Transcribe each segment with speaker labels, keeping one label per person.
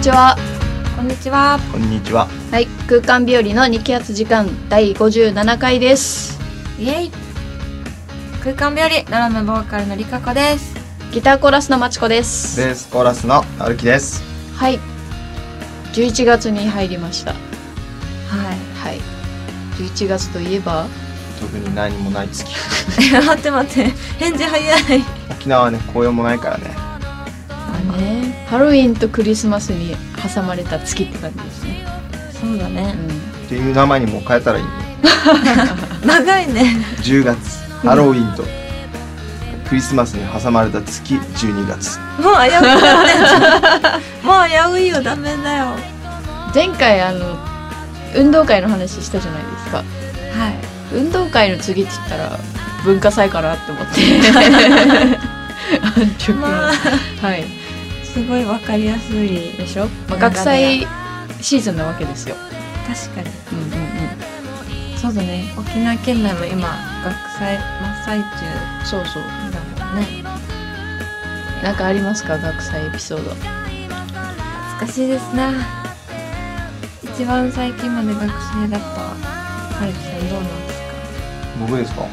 Speaker 1: ちは。
Speaker 2: こんにちは。
Speaker 3: こんにちは。
Speaker 1: はい、空間日和の日気圧時間第57回です。
Speaker 2: イエイ。空間病理ドラムボーカルのりかこです。
Speaker 1: ギターコーラスのまちこです。
Speaker 3: ベースコーラスのなるきです。
Speaker 1: はい。11月に入りました。
Speaker 2: は
Speaker 1: はい。11月といえば、
Speaker 3: 特に何もない月。
Speaker 2: い。 待って待って。返事早い。
Speaker 3: 沖縄はね、紅葉もないからね。
Speaker 1: ね、ハロウィンとクリスマスに挟まれた月って感じですね。
Speaker 2: そうだね。
Speaker 3: っていう名前にもう変えたらいいね。
Speaker 2: 長いね。
Speaker 3: 10月、ハロウィンと。クリスマスに挟まれた月12月
Speaker 2: もう危うくな ってんじゃんもう危ういよダメだよ。は
Speaker 1: 前回あの運動会の話したじゃないですか。
Speaker 2: い。
Speaker 1: 運動会の次って言ったら文化祭かなって思 って。安直な
Speaker 2: まあ
Speaker 1: はい。
Speaker 2: すごいわかりやすい。
Speaker 1: でしょ、まあ、
Speaker 2: うん
Speaker 1: 学祭シーズンなわけですよ。
Speaker 2: 確かに。
Speaker 1: うんうんうん。
Speaker 2: そうだね。沖縄県内も今学祭真っ最中
Speaker 1: そうそう。
Speaker 2: だもんね。
Speaker 1: なんかありますか学祭エピソード。
Speaker 2: 懐かしいですな一番最近まで学生だったはるきさんどうなんですか
Speaker 3: 僕ですか
Speaker 1: はい。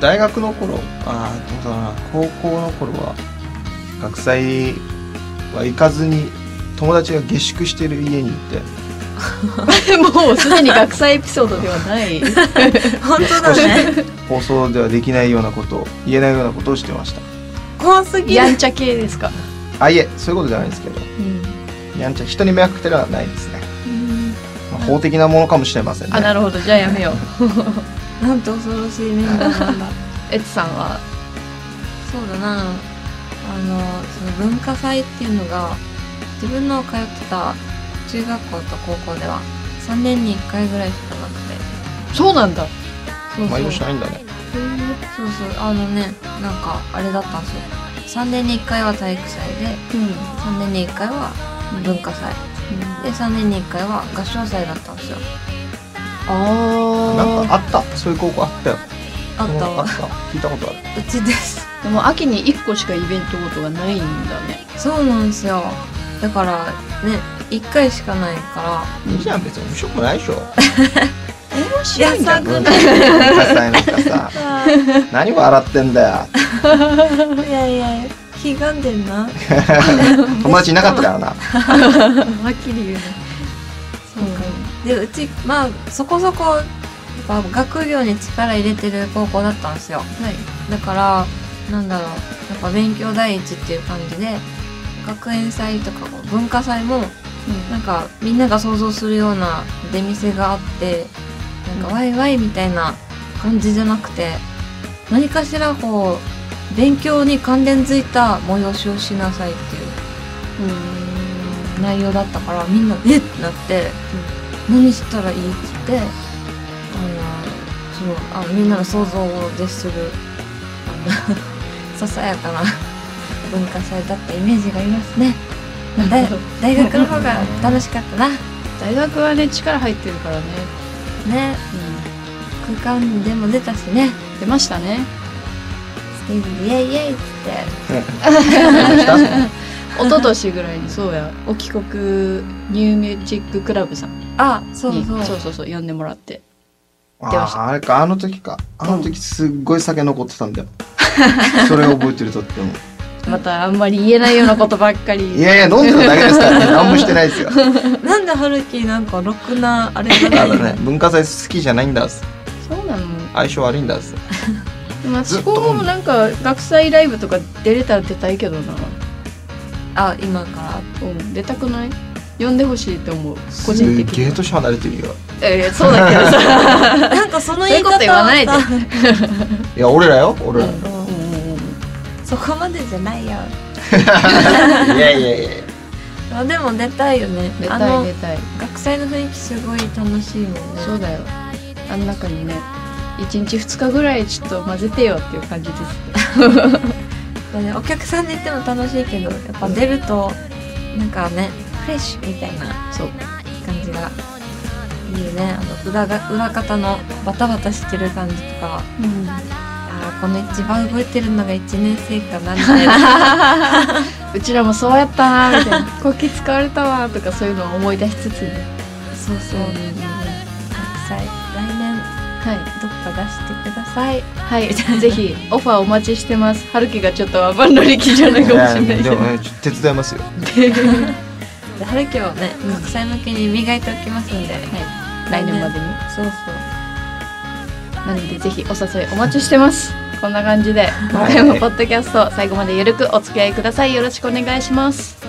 Speaker 3: 大学の頃ああどうだろうな高校の頃は学祭は行かずに友達が下宿してる家に行って
Speaker 1: もうすでに学祭エピソードではない。
Speaker 2: 本当だね
Speaker 3: 放送ではできないようなことを言えないようなことをしてました
Speaker 2: 怖すぎ る
Speaker 1: やんちゃ系ですか。
Speaker 3: あいえそういうことじゃないんですけど
Speaker 1: うん。
Speaker 3: やんちゃ人に迷惑かけるのはないですね、まあ法的なものかもしれませんね
Speaker 1: あ、なるほど。じゃあやめよう。
Speaker 2: なんと恐ろしいメンバーなんだ
Speaker 1: エツさんは。
Speaker 2: そうだなあのその文化祭っていうのが自分の通ってた中学校と高校では3年に1回ぐらいしかなくて
Speaker 1: そうなんだ。
Speaker 2: そう
Speaker 3: 毎
Speaker 2: そう
Speaker 3: 年ないんだね
Speaker 2: そうそうあのねなんかあれだったんですよ3年に1回は体育祭で
Speaker 1: うん。
Speaker 2: 3年に1回は文化祭で3年に1回は合唱祭だったんですよ
Speaker 3: なん
Speaker 1: あ
Speaker 3: かあったそういう高校あったよ
Speaker 2: あった
Speaker 3: あ
Speaker 2: わ
Speaker 3: っ
Speaker 2: う
Speaker 3: た聞いたことある
Speaker 2: ちです
Speaker 1: あ。でも秋に一個しかイベントごとがないんだね。
Speaker 2: そうなんですよだからね1回しかないか
Speaker 3: いいじゃん別に面白くないでしょ
Speaker 1: 面
Speaker 2: 白いんだ
Speaker 3: 文化祭なんかさ
Speaker 2: ら
Speaker 3: 何笑ってんだよ
Speaker 2: いやいや悲願でんな
Speaker 3: 友達いなかったからな
Speaker 1: はっきり言うね。
Speaker 2: そうかでうちまあそこそこやっぱ学業に力入れてる高校だったんですよ
Speaker 1: はい。
Speaker 2: だからなんだろうやっぱ勉強第一っていう感じで学園祭とか文化祭もなんかみんなが想像するような出店があって
Speaker 1: う
Speaker 2: なん
Speaker 1: ん
Speaker 2: かワイワイみたいな感じじゃなくて何かしらこう勉強に関連づいた催しをしなさいっていう
Speaker 1: うん。
Speaker 2: 内容だったからみんな「えっ!」ってなって「何したらいい?」って言ってあのそのあみんなの想像を絶するあの ささやかな文化祭だったイメージがありますね。
Speaker 1: うん。
Speaker 2: だ大学の方が楽しかったな。
Speaker 1: 大学はね力入ってるからね、
Speaker 2: ね空間でも出たしね
Speaker 1: 出ましたね
Speaker 2: ステージでイエイイエイっつっ
Speaker 1: 一昨年ぐらいにそうやお帰国ニューミュージッククラブさんに
Speaker 2: てあそうそう
Speaker 1: そうそうそう呼んでもらって
Speaker 3: あーあれかあの時かあの時すっごい酒残ってたんだよそれを覚えてるとっても
Speaker 1: またあんまり言えないようなことばっかり
Speaker 3: いやいや飲んでただけですからね何もしてないですよ
Speaker 2: なんでハルキなんかろくな あれじゃ
Speaker 3: た
Speaker 2: ない
Speaker 3: だね文化祭好きじゃないんだっす
Speaker 1: そうなの
Speaker 3: 相性悪いんだっす
Speaker 1: でも
Speaker 3: ず
Speaker 1: 私
Speaker 3: っと
Speaker 1: こもなんか学祭ライブとか出れたら出たいけどな、
Speaker 2: あ今から
Speaker 1: うん、出たくない呼んでほしいと思う個
Speaker 3: す
Speaker 1: 人的
Speaker 3: げえ
Speaker 1: に
Speaker 3: 年離れてるよ
Speaker 1: えー、そうだけどさ、
Speaker 2: なんかその
Speaker 1: そうい
Speaker 2: 言
Speaker 1: う
Speaker 2: い
Speaker 1: こと
Speaker 2: 方
Speaker 1: 言わないで
Speaker 2: は
Speaker 3: いや俺らよ俺ら
Speaker 1: うんうんうんうん
Speaker 2: そこまでじゃないよ
Speaker 3: いやいやいや
Speaker 2: あでも出たいよね
Speaker 1: 出
Speaker 2: あ
Speaker 1: たい
Speaker 2: の
Speaker 1: 出たい
Speaker 2: 学祭の雰囲気すごい楽しいもんね
Speaker 1: そうだよあの中にね1日2日ぐらいちょっと混ぜてよっていう感じです
Speaker 2: だねお客さんで行っても楽しいけどやっぱ出るとなんかねフレッシュみたいな
Speaker 1: そう
Speaker 2: 感じがいいよねあの裏が裏方のバタバタしてる感じとか
Speaker 1: うん、
Speaker 2: ああこの一番動いてるのが1年生かなみたいな
Speaker 1: うちらもそうやったなみたい な国旗使われたわとかそういうのを思い出しつつね
Speaker 2: そうそう
Speaker 1: うん
Speaker 2: 国際来年
Speaker 1: は
Speaker 2: どっか出してください
Speaker 1: い、はい、ぜひオファーお待ちしてます春樹がちょっとアバンド力じゃないかもしれない
Speaker 3: や
Speaker 1: け
Speaker 3: で
Speaker 1: ど
Speaker 3: もねちょっと手伝いますよ
Speaker 2: で春樹をね
Speaker 1: うん
Speaker 2: 国際向けに磨いておきますんで、
Speaker 1: 来年までに
Speaker 2: そうそう
Speaker 1: なのでぜひお誘いお待ちしてますこんな感じで
Speaker 3: い
Speaker 1: 和歌山ポッドキャスト最後までゆるくお付き合いくださいよろしくお願いします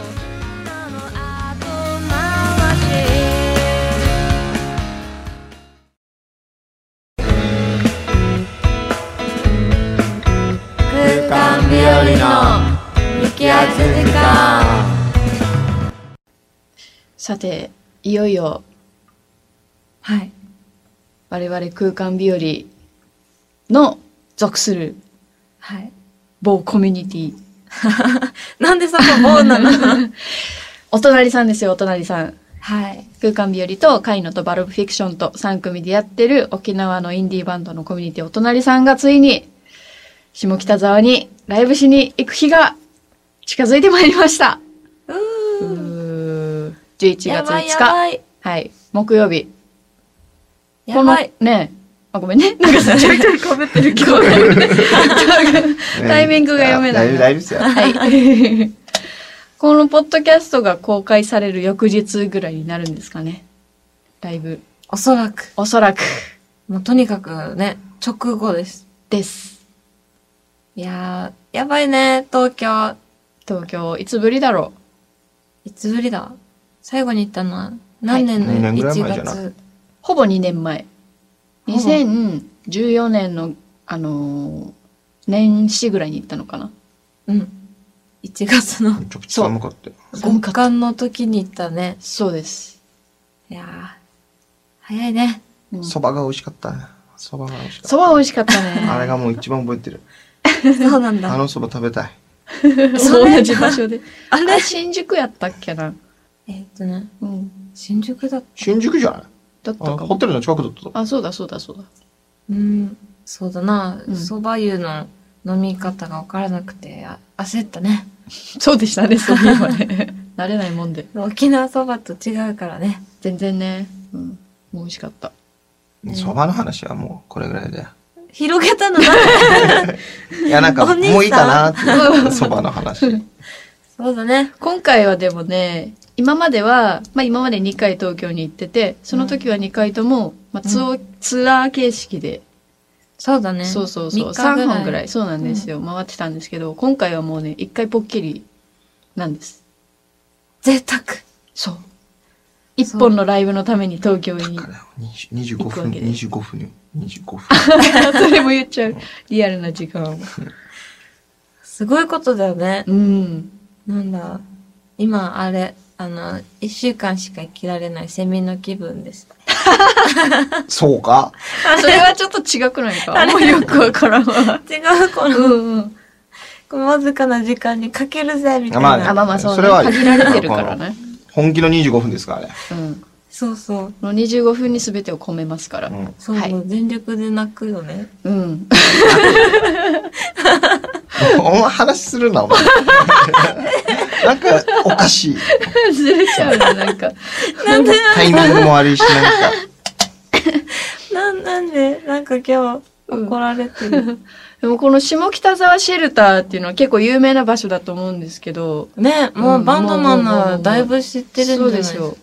Speaker 2: 空間日和の雪圧時間
Speaker 1: さていよいよ
Speaker 2: はい
Speaker 1: 我々空間日和の属する
Speaker 2: はい
Speaker 1: 某コミュニティ
Speaker 2: なんでそこ棒なの
Speaker 1: お隣さんですよお隣さん
Speaker 2: はい
Speaker 1: 空間日和とカイノとバルブフィクションと3組でやってる沖縄のインディーバンドのコミュニティお隣さんがついに下北沢にライブしに行く日が近づいてまいりましたうーん11
Speaker 2: や
Speaker 1: 月
Speaker 2: ばい
Speaker 1: 5
Speaker 2: や
Speaker 1: 日
Speaker 2: ばい
Speaker 1: はい木曜日
Speaker 2: やばい
Speaker 1: このねあごめんねなんかちょい ちょいかぶってる今日タイミングが読めない
Speaker 3: やライブライブです よ
Speaker 1: はい。このポッドキャストが公開される翌日ぐらいになるんですかね。ライブ。
Speaker 2: おそらく
Speaker 1: おそらく
Speaker 2: もうとにかくね直後です
Speaker 1: です。
Speaker 2: いやーやばいね東京
Speaker 1: 東京、いつぶりだろ
Speaker 2: いつぶりだ最後に行ったのは何年の
Speaker 3: はい二年
Speaker 2: 1
Speaker 3: ぐらい前じゃない
Speaker 2: 月
Speaker 1: う。ほぼ2年前。
Speaker 2: ほぼ
Speaker 1: 2014年の、あのー年始ぐらいに行ったのかな。
Speaker 2: うん1月 の
Speaker 3: ちょっと寒かったよ
Speaker 1: 寒
Speaker 2: 極
Speaker 1: かった
Speaker 2: 寒の時に行ったね
Speaker 1: そうです。
Speaker 2: いやー早いね
Speaker 1: うん
Speaker 3: そばが美味しかったそばが美味しかっ
Speaker 1: そば美味しかった
Speaker 3: たあれ
Speaker 1: ね。
Speaker 3: がもう一番覚えてる
Speaker 2: そうなん
Speaker 3: あ
Speaker 2: だ
Speaker 3: のそば食べたい
Speaker 1: そう同じ場所で。
Speaker 2: あ
Speaker 1: あれ新宿やったっけな。
Speaker 2: えっとね
Speaker 1: うん。
Speaker 2: 新宿だった
Speaker 3: 新宿じゃない
Speaker 1: だった
Speaker 3: あ
Speaker 1: かも。
Speaker 3: ホテルの近くだった
Speaker 1: あ、そうだそうだそうだ。
Speaker 2: うんそうだな
Speaker 1: うん
Speaker 2: そば湯の飲み方が分からなくてあ焦ったね
Speaker 1: そうでしたね、そういえばね。 慣れないもんで。
Speaker 2: 沖縄そばと違うからね
Speaker 1: 全然ね、うん、もう美味しかった。
Speaker 2: うん
Speaker 3: そばの話はもうこれぐらいで
Speaker 2: 広げた のだ
Speaker 3: いやなんか
Speaker 2: お
Speaker 3: も
Speaker 2: 兄さん
Speaker 3: ういいかなってそばの話
Speaker 2: そうだね
Speaker 1: 今回はでもね、今までは、まあ今まで2回東京に行ってて、その時は2回とも、まあツオツアー形式で、
Speaker 2: そうだね
Speaker 1: そうそうそう、
Speaker 2: 三日
Speaker 1: 3本ぐらい、そうなんですよ、回ってたんですけど、今回はもうね、1回ポッキリなんです。
Speaker 2: 贅沢
Speaker 1: そう。1本のライブのために東京に
Speaker 3: だか。ら20 25
Speaker 1: 行くわ
Speaker 3: 分
Speaker 1: けで
Speaker 3: 25分25分
Speaker 1: それも言っちゃう。リアルな時間を。
Speaker 2: すごいことだよね
Speaker 1: うん。
Speaker 2: なんだ、今あれ、あの、一週間しか生きられないセミの気分です。
Speaker 3: そうか
Speaker 1: それはちょっと違くない か。もうよくわからんわ。
Speaker 2: 違う、この、
Speaker 1: うんうん。
Speaker 2: このわずかな時間にかけるぜ、みたい
Speaker 3: ま
Speaker 2: な。
Speaker 3: あね
Speaker 1: あ、まあまあそう
Speaker 3: そ
Speaker 1: ね。
Speaker 3: れはある
Speaker 1: 限られてるからね。
Speaker 3: 本気の25分ですからね
Speaker 1: うん。こ
Speaker 2: そうそう。
Speaker 1: の25分に全てを込めますから。
Speaker 3: うん
Speaker 2: そう、
Speaker 1: はい
Speaker 2: もう全力で泣くよね。
Speaker 1: うん。
Speaker 3: お前話するなお前 なんかおかしい
Speaker 1: ずれちゃうね、なん か。
Speaker 3: タイミングも悪いしなんか
Speaker 2: なん、なんで、なんか今日、
Speaker 1: うん
Speaker 2: 怒られてる。
Speaker 1: でもこの下北沢シェルターっていうのは結構有名な場所だと思うんですけど。
Speaker 2: ね、もうバンドマ
Speaker 1: もうもうもう
Speaker 2: ンな
Speaker 1: も
Speaker 2: ら
Speaker 1: う
Speaker 2: だいぶ知ってるんじゃ
Speaker 1: そう
Speaker 2: ない
Speaker 1: ですよ。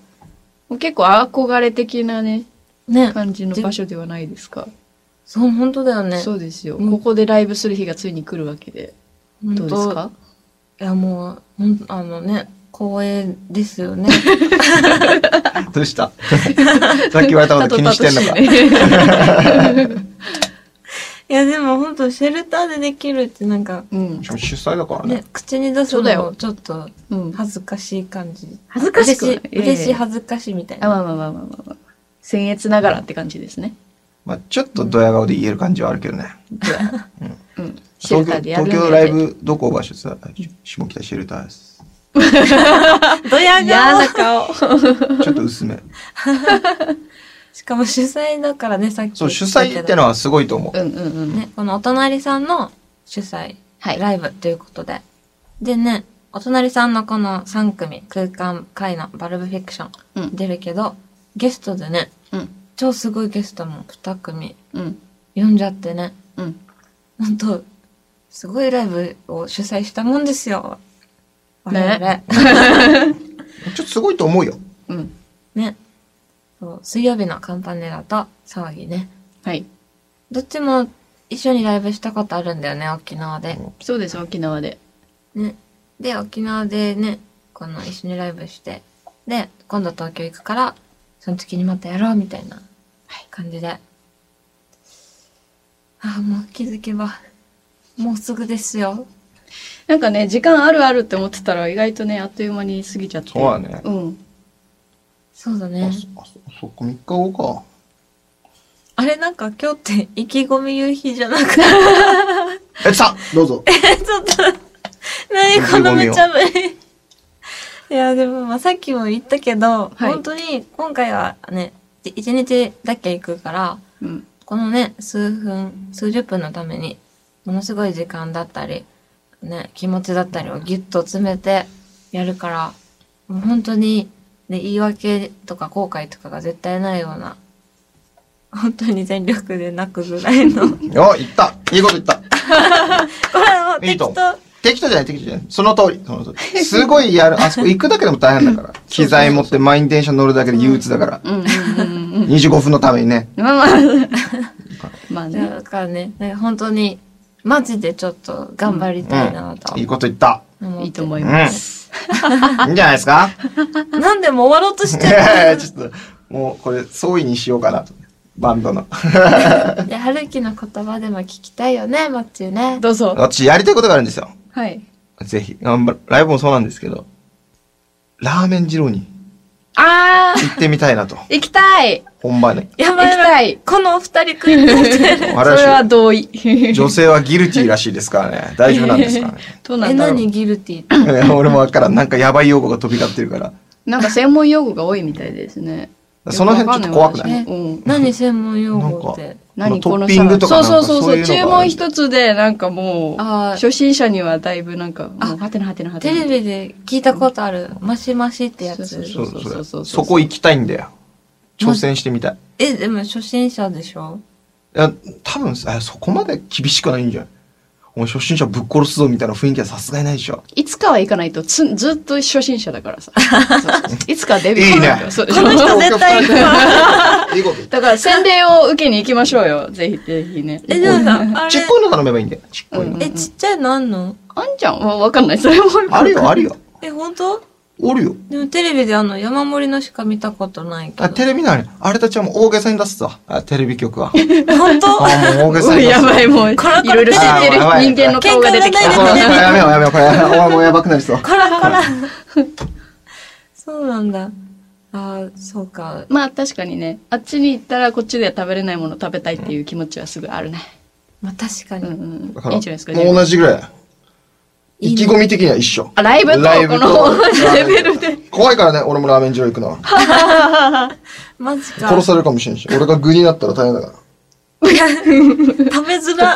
Speaker 1: もう結構憧れ的なね、
Speaker 2: ね、
Speaker 1: 感じの場所ではないですか。
Speaker 2: そう、本当だよね。
Speaker 1: そうですよ、
Speaker 2: うん
Speaker 1: ここでライブする日がついに来るわけで。
Speaker 2: 本
Speaker 1: ど
Speaker 2: 当
Speaker 1: うですか
Speaker 2: いや、もう、ほんあのね、光栄ですよね。
Speaker 3: どうした さっき言われたこと気にしてんのか
Speaker 1: か。
Speaker 2: いや、でも本当シェルターでできるってなんか、
Speaker 1: うん
Speaker 3: し。かも主催だからね
Speaker 2: ね、口に出す
Speaker 1: そうだ
Speaker 2: の
Speaker 1: よ
Speaker 2: もちょっと
Speaker 1: うん。
Speaker 2: 恥ずかしい感じ。
Speaker 1: 恥ずかしくは
Speaker 2: 嬉しい、嬉しい、
Speaker 1: あ、
Speaker 2: 恥ずかしいみたいな。
Speaker 1: まあまあまあまあまあまあ。僭越ながらって感じです ね。
Speaker 3: まあちょっとドヤ顔で言える感じはあるけどね
Speaker 1: うん。シェル
Speaker 3: 東
Speaker 1: タ
Speaker 3: 京
Speaker 1: ーでやるんだ
Speaker 3: 東
Speaker 1: よ、ね、
Speaker 3: 京ライブどこ場所さ下北シェルターです
Speaker 2: ドヤ
Speaker 1: 嫌な
Speaker 2: 顔。
Speaker 3: ちょっと薄め
Speaker 2: しかも主催だからね、さっき
Speaker 3: そ
Speaker 2: 言
Speaker 3: う、
Speaker 2: ったけ
Speaker 3: 主
Speaker 2: ど。
Speaker 3: 催ってのはすごいと思 う。
Speaker 1: うんうんうん。
Speaker 2: ね、このお隣さんの主催、
Speaker 1: はい
Speaker 2: ライブということで。でね、お隣さんのこの3組、空間会のバルブフィクション、
Speaker 1: うん
Speaker 2: 出るけど、ゲストでね、
Speaker 1: うん
Speaker 2: 超すごいゲストも2組
Speaker 1: うん
Speaker 2: 呼んじゃってね、
Speaker 1: うん。
Speaker 2: なんと、すごいライブを主催したもんですよ。我々。 ね。
Speaker 3: ちょっとすごいと思うよ。
Speaker 1: うん。
Speaker 2: そう水曜日のカンパネラと騒ぎね。
Speaker 1: はい。
Speaker 2: どっちも一緒にライブしたことあるんだよね、沖縄で。
Speaker 1: そうです、沖縄で。
Speaker 2: ね。で、沖縄でね、この一緒にライブして、で、今度東京行くから、その時にまたやろうみたいな感じで。ああ、もう気づけば、もうすぐですよ。
Speaker 1: なんかね、時間あるあるって思ってたら意外とね、あっという間に過ぎちゃって。
Speaker 3: そうだね。
Speaker 1: うん。
Speaker 2: そうだね
Speaker 3: あ。そあそそっか、3日後か。
Speaker 2: あれなんか今日って意気込み夕日じゃなくて、
Speaker 3: え、さあ、ど うぞ。
Speaker 2: ちょっと、何この無茶ぶり。いや、でも、まあ、さっきも言ったけど、
Speaker 1: はい
Speaker 2: 本当に今回はね、一日だけ行くから、
Speaker 1: うん。
Speaker 2: このね、数分、数十分のために、ものすごい時間だったり、ね、気持ちだったりをギュッと詰めてやるから、もう本当に、ね、言い訳とか後悔とかが絶対ないような、本当に全力で泣くぐらいの、こ
Speaker 3: よ、言った。いいこと言った。
Speaker 2: れはもう
Speaker 3: いい
Speaker 2: 適
Speaker 3: と
Speaker 2: 当
Speaker 3: 思う。適当じゃない、適当じゃない。その通り。その通り。すごいやる。あそこ行くだけでも大 変だから。機材持って満員電車乗るだけで憂鬱だから。
Speaker 1: うんうんうんうん。
Speaker 3: 25分のためにね。
Speaker 1: まあまあ。まあ
Speaker 2: いや
Speaker 1: ね。
Speaker 2: だからね、なんか本当に、マジでちょっと頑張りたいなと
Speaker 3: うん。いいこと言った。
Speaker 2: 思
Speaker 1: いい
Speaker 2: って
Speaker 1: と思
Speaker 3: う
Speaker 1: い
Speaker 3: ん。い
Speaker 1: ま
Speaker 3: いん
Speaker 1: す。
Speaker 3: じゃないで すか
Speaker 2: なんでも終わろうとし
Speaker 3: い
Speaker 2: てる。
Speaker 3: やいやちょっと、もうこれ、総意にしようかなと。バンドの。
Speaker 2: いや、春樹の言葉でも聞きたいよね、マッチュね。
Speaker 1: どうぞ。
Speaker 3: 私、やりたいことがあるんですよ。
Speaker 1: はい。
Speaker 3: ぜひ。頑張るライブもそうなんですけど、ラーメン二郎に
Speaker 1: あー
Speaker 3: 行ってみたいなと。
Speaker 1: 行きたい
Speaker 3: 本場に。
Speaker 2: や
Speaker 1: 行き
Speaker 2: ばいやばい。
Speaker 1: たい
Speaker 2: このお二人食いついてる。
Speaker 1: そ
Speaker 3: あれらしい
Speaker 1: れは同意。
Speaker 3: 女性はギルティーらしいですからね。大丈夫なんですかね。
Speaker 1: どうな
Speaker 2: え、
Speaker 1: んだろう
Speaker 2: 何ギルティー
Speaker 3: 俺もわからん。なんかやばい用語が飛び交ってるから。
Speaker 1: なんか専門用語が多いみたいですね。
Speaker 3: その辺ちょっと怖くない
Speaker 1: よくわかんない私もうん。
Speaker 2: 何専門用語って。
Speaker 1: 何
Speaker 3: こ
Speaker 1: こ
Speaker 3: の
Speaker 1: の
Speaker 3: トッピングとか
Speaker 1: さそうそうそうそう
Speaker 3: なんかそうい
Speaker 1: 注
Speaker 3: うのがあ
Speaker 1: 文
Speaker 3: る
Speaker 1: 一つでなんかもう
Speaker 2: あー
Speaker 1: 初心者にはだいぶなんかも
Speaker 2: あ
Speaker 1: うはてなはてなはて
Speaker 2: テ
Speaker 1: な
Speaker 2: レビで聞いたことある、マシマシってや
Speaker 1: そう
Speaker 2: つ。
Speaker 1: そ
Speaker 3: そうそう
Speaker 1: そう
Speaker 3: そ
Speaker 1: そうう
Speaker 3: そこ行きたいんだよ。挑戦してみたい。
Speaker 2: え、でも初心者でしょ
Speaker 3: いや、多分さ、そこまで厳しくないんじゃないお前初心者ぶっ殺すぞみたいな雰囲気はさすがにないでしょ。
Speaker 1: いつかは行かないとつずっと初心者だから さそういつかはデビュー
Speaker 3: いいね
Speaker 1: このそうでし
Speaker 2: こ
Speaker 1: ょ
Speaker 2: の人絶対行くわ。
Speaker 3: いいこと言った
Speaker 1: だから洗礼を受けに行きましょうよぜひぜひね
Speaker 2: え、でもさ、あれ
Speaker 3: ちっ、こいの頼めばいいんだよ。ちっこいの。
Speaker 1: うん
Speaker 2: え、ちっちゃいのあんの
Speaker 1: あんちゃんはわかんないそれも
Speaker 3: あるよ、あるよ。
Speaker 2: え、本当
Speaker 3: おるよ。
Speaker 2: でもテレビであの山盛りのしか見たことないけ
Speaker 3: あ、テ
Speaker 2: ど。
Speaker 3: レビなのにあれたちはもう大げさに出すぞ。あ、テレビ局は。
Speaker 2: 本当
Speaker 3: あ、もう大げさ
Speaker 1: う
Speaker 3: に
Speaker 1: ん
Speaker 3: 出
Speaker 1: や
Speaker 3: すぞ。
Speaker 1: ばいもうい
Speaker 2: カラカラ
Speaker 1: ろいろ知ってる
Speaker 3: あーやばい
Speaker 1: 人間の顔が出てき
Speaker 2: 喧嘩
Speaker 3: こ
Speaker 2: 売ら
Speaker 1: た
Speaker 2: な
Speaker 3: れ
Speaker 2: いで
Speaker 3: やめようやめようこれお前もうやばくなりそう
Speaker 2: カラカラ。そうなんだ。ああ、そうか。
Speaker 1: まあ確かにねあっちに行ったらこっちでは食べれないものを食べたいっていう気持ちはすぐあるね
Speaker 2: まあ確か
Speaker 1: うんう
Speaker 2: に。
Speaker 1: ん
Speaker 3: だか
Speaker 1: いい
Speaker 3: ら
Speaker 1: んじゃないですか
Speaker 3: もう同じぐらい
Speaker 2: い
Speaker 3: 意
Speaker 2: いね
Speaker 3: 気込み的には一緒
Speaker 1: あライブとこの レベルで
Speaker 3: 怖いからね俺もラーメン二郎行くのは
Speaker 2: マジか。
Speaker 3: 殺されるかもしれんし俺が具になったら大変だか
Speaker 2: 食べづら。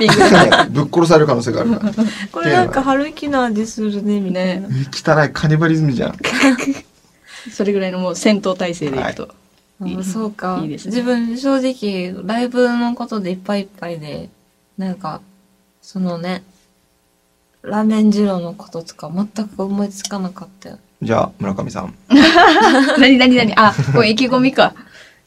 Speaker 3: らぶっ殺される可能性があるから
Speaker 2: これなんか春樹の味するね、みたいな。
Speaker 3: 汚いカニバリズムじゃん
Speaker 1: それぐらいのもう戦闘態勢でいくと、
Speaker 2: あーそうか。
Speaker 1: いいですね
Speaker 2: 自分正直、ライブのことでいっぱいいっぱいで、なんか、そのね、ラーメン二郎のこととか全く思いつかなかったよ。
Speaker 3: じゃあ村上さん
Speaker 1: 何何何あこれ意気込みか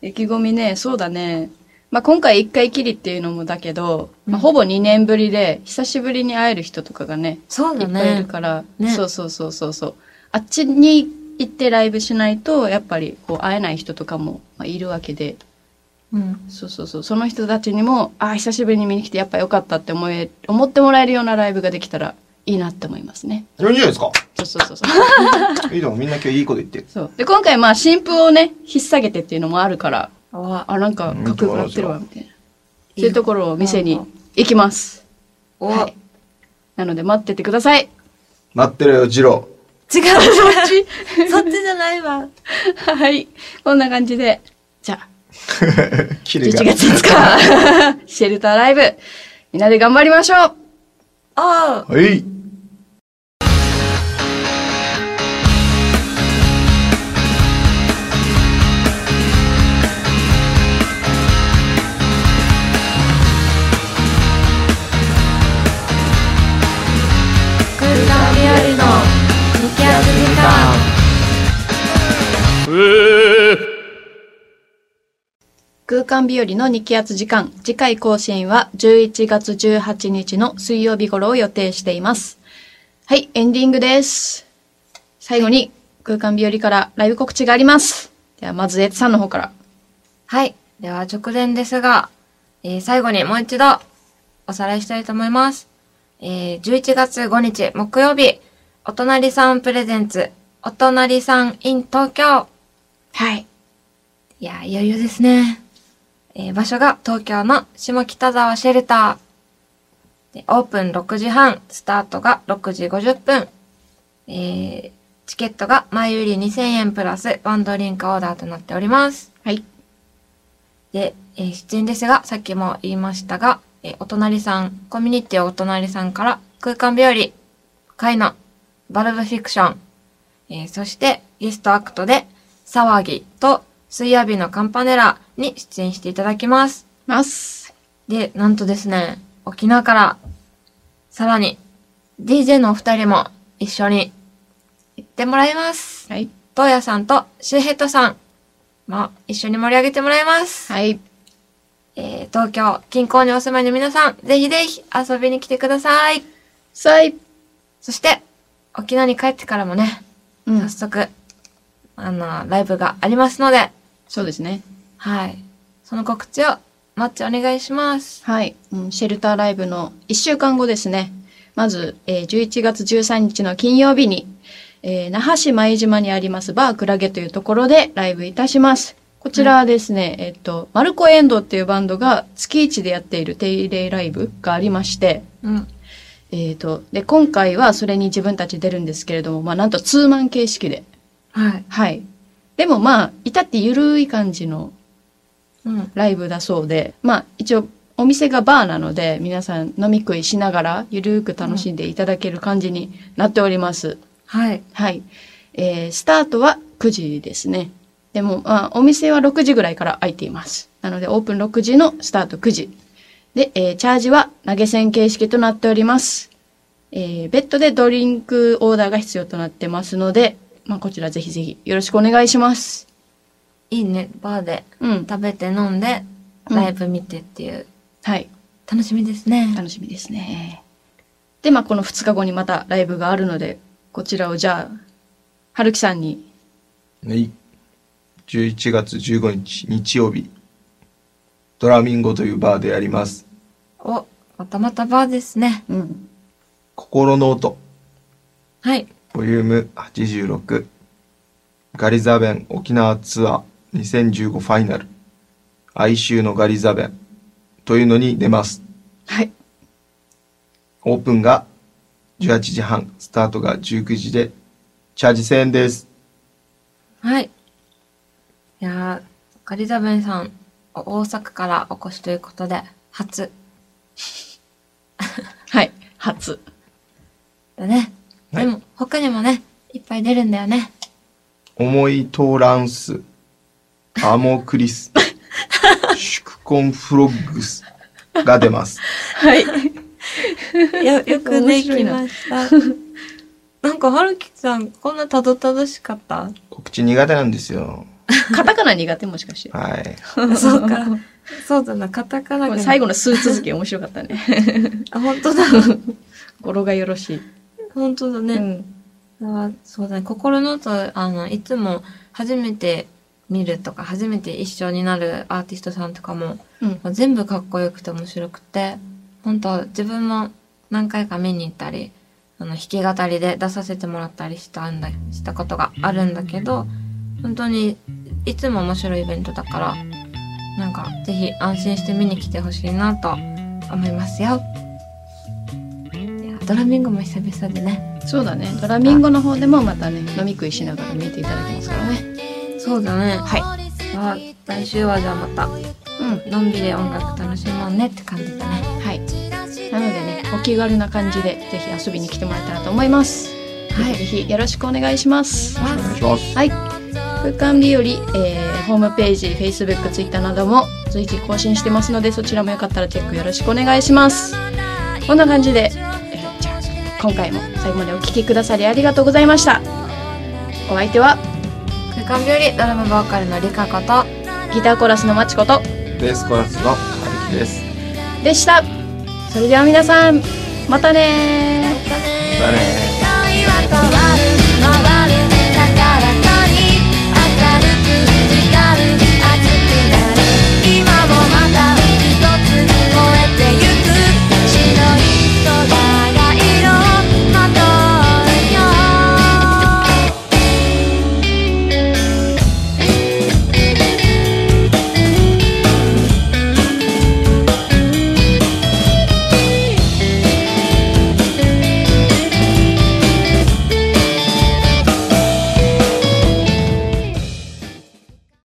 Speaker 1: 意気込みねそうだね、まあ、今回1回きりっていうのもだけど、まあ、ほぼ2年ぶりで久しぶりに会える人とかがね
Speaker 2: そう
Speaker 1: い
Speaker 2: だ
Speaker 1: っぱいいる
Speaker 2: ね。
Speaker 1: から、
Speaker 2: ね
Speaker 1: そうそうそうそうそうあっちに行ってライブしないとやっぱりこう会えない人とかもまあいるわけで
Speaker 2: うん。
Speaker 1: そうそうそうその人たちにもあ久しぶりに見に来てやっぱ良かったって思え思ってもらえるようなライブができたらいいなって思いますね
Speaker 3: いいんじゃないですか
Speaker 1: そうそうそう そう
Speaker 3: いいと思うみんな今日いいこと言ってる
Speaker 1: そう。で、今回まあ、新婦をね、引っ提げてっていうのもあるから、
Speaker 2: あ、
Speaker 1: あ、なんか、かっこよくなってるわ、みたいな。
Speaker 2: い
Speaker 1: そういうところを店に行きます。
Speaker 2: お、
Speaker 1: はい。なので、待っててください。
Speaker 3: 待ってろよ二郎
Speaker 2: 違 う。そっちじゃないわ。
Speaker 1: はい。こんな感じで。じゃあ、
Speaker 3: キレが
Speaker 1: 11月5日、シ ェルターライブ、みんなで頑張りましょう
Speaker 2: ああ
Speaker 3: はい
Speaker 2: 空間日
Speaker 1: 空間日
Speaker 2: 和の激アツ時間
Speaker 1: 和の日気圧時間、次回更新は11月18日の水曜日頃を予定しています。はい、エンディングです。最後に空間日和からライブ告知があります。では、まずエツさんの方から。
Speaker 2: はい。では直前ですが、えー最後にもう一度おさらいしたいと思います。えー11月5日木曜日、お隣さんプレゼンツ、お隣さん in 東京。
Speaker 1: はい。
Speaker 2: いやー、いよいよですね。えー場所が東京の下北沢シェルター。でオープン6時半、スタートが6時50分。えーチケットが前売り2000円プラスワンドリンクオーダーとなっております。
Speaker 1: はい。
Speaker 2: で、えー出演ですが、さっきも言いましたが、えーお隣さん、コミュニティお隣さんから、空間日和、会の、バルブフィクション、えーそして、ゲストアクトで、騒ぎと、水曜日のカンパネラに出演していただきます。
Speaker 1: ます。
Speaker 2: で、なんとですね、沖縄から、さらに、DJ のお二人も一緒に行ってもらいます。
Speaker 1: はい。
Speaker 2: 東野さんとシュウヘッドさんも一緒に盛り上げてもらいます。
Speaker 1: はい。
Speaker 2: えー東京近郊にお住まいの皆さん、ぜひぜひ遊びに来てください。
Speaker 1: さい。
Speaker 2: そして、沖縄に帰ってからもね、
Speaker 1: うん
Speaker 2: 早。速、あの、ライブがありますので、
Speaker 1: そうですね。
Speaker 2: はい。その告知を待ってお願いします。
Speaker 1: はい、うんシェルターライブの1週間後ですね。まず、えー11月13日の金曜日に、えー那覇市舞島にありますバークラゲというところでライブいたします。こちらはですね、えっと、マルコエンドっていうバンドが月一でやっている定例ライブがありまして、
Speaker 2: うん。
Speaker 1: えっと、で、今回はそれに自分たち出るんですけれども、まあなんとツーマン形式で。
Speaker 2: はい。
Speaker 1: はい。でもまあ、至ってゆるい感じの
Speaker 2: うん。
Speaker 1: ライブだそうで、まあ一応お店がバーなので皆さん飲み食いしながらゆるーく楽しんでいただける感じになっております。
Speaker 2: はい。
Speaker 1: はい。えー、スタートは9時ですね。でも、まあ、お店は6時ぐらいから開いています。なので、オープン6時のスタート9時。で、えーチャージは投げ銭形式となっております。えー、別途でドリンクオーダーが必要となってますので、まあ、こちらぜひぜひよろしくお願いします。
Speaker 2: いいね。バーで
Speaker 1: うん。
Speaker 2: 食べて飲んで、
Speaker 1: うん
Speaker 2: ライブ見てっていう。
Speaker 1: はい。
Speaker 2: 楽しみですね。
Speaker 1: 楽しみですね。で、まあ、この2日後にまたライブがあるので、こちらをじゃあ、はるきさんに、
Speaker 3: はい11月15日日曜日ドラミンゴというバーでやります
Speaker 2: お、またまたバーですね。
Speaker 1: うん、
Speaker 3: 心の音
Speaker 2: はい。
Speaker 3: ボリューム86ガリザベン沖縄ツアー2015ファイナル哀愁のガリザベンというのに出ます
Speaker 1: はい、
Speaker 3: オープンが18時半スタートが19時でチャージ1000円です
Speaker 2: はい。いやー、ガリザベンさん、お大阪からお越しということで、初
Speaker 1: はい、初。
Speaker 2: だね。
Speaker 3: はい
Speaker 2: でも、他にもね、いっぱい出るんだよね。
Speaker 3: 思いトーランスアモクリス祝婚フロッグスが出ます
Speaker 1: はい。
Speaker 2: よ、よ
Speaker 1: くできま
Speaker 2: した。 なんか、はるきさん、こんなたどたどしかった
Speaker 3: 告知苦手なんですよ
Speaker 1: カタカナ苦手もしかして。
Speaker 3: はい
Speaker 2: そうか。そうだな、カタカナ
Speaker 1: こ
Speaker 2: が
Speaker 1: れ最後の数続き面白かった ね。
Speaker 2: あ、本当だ。
Speaker 1: 語呂がよろしい。
Speaker 2: 本当だね。
Speaker 1: うん。
Speaker 2: あそうだね。心の音、あの、いつも初めて見るとか、初めて一緒になるアーティストさんとかも、
Speaker 1: うん。
Speaker 2: もう全部かっこよくて面白くて、本当自分も何回か見に行ったり、あの、弾き語りで出させてもらったりしたんだ、したことがあるんだけど、本当にいつも面白いイベントだから、なんか、ぜひ安心して見に来てほしいなと思いますよ。いや、ドラミングも久々でね。
Speaker 1: そうだね。ドラミンゴの方でもまたね、飲み食いしながら見ていただけますからね。
Speaker 2: そうだね。
Speaker 1: はい。
Speaker 2: あまあ来週はじゃあまた
Speaker 1: うん。
Speaker 2: のんびり音楽楽しもうねって感じだね
Speaker 1: はい。なのでね、お気軽な感じで、ぜひ遊びに来てもらえたらと思います。はい。ぜひよろしくお願いします。
Speaker 3: お願いします。
Speaker 1: はい。空間日和、えー、ホームページ、Facebook、Twitter なども随時更新してますので、そちらもよかったらチェックよろしくお願いします。こんな感じで、えーじゃあ、今回も最後までお聴きくださりありがとうございました。お相手は、
Speaker 2: 空間日和ドラムボーカルのりかこと
Speaker 1: ギターコーラスのまちこと
Speaker 3: ベースコーラスのはるきです。
Speaker 1: でした。それでは皆さん、またねー。
Speaker 3: だね
Speaker 4: 恋は遠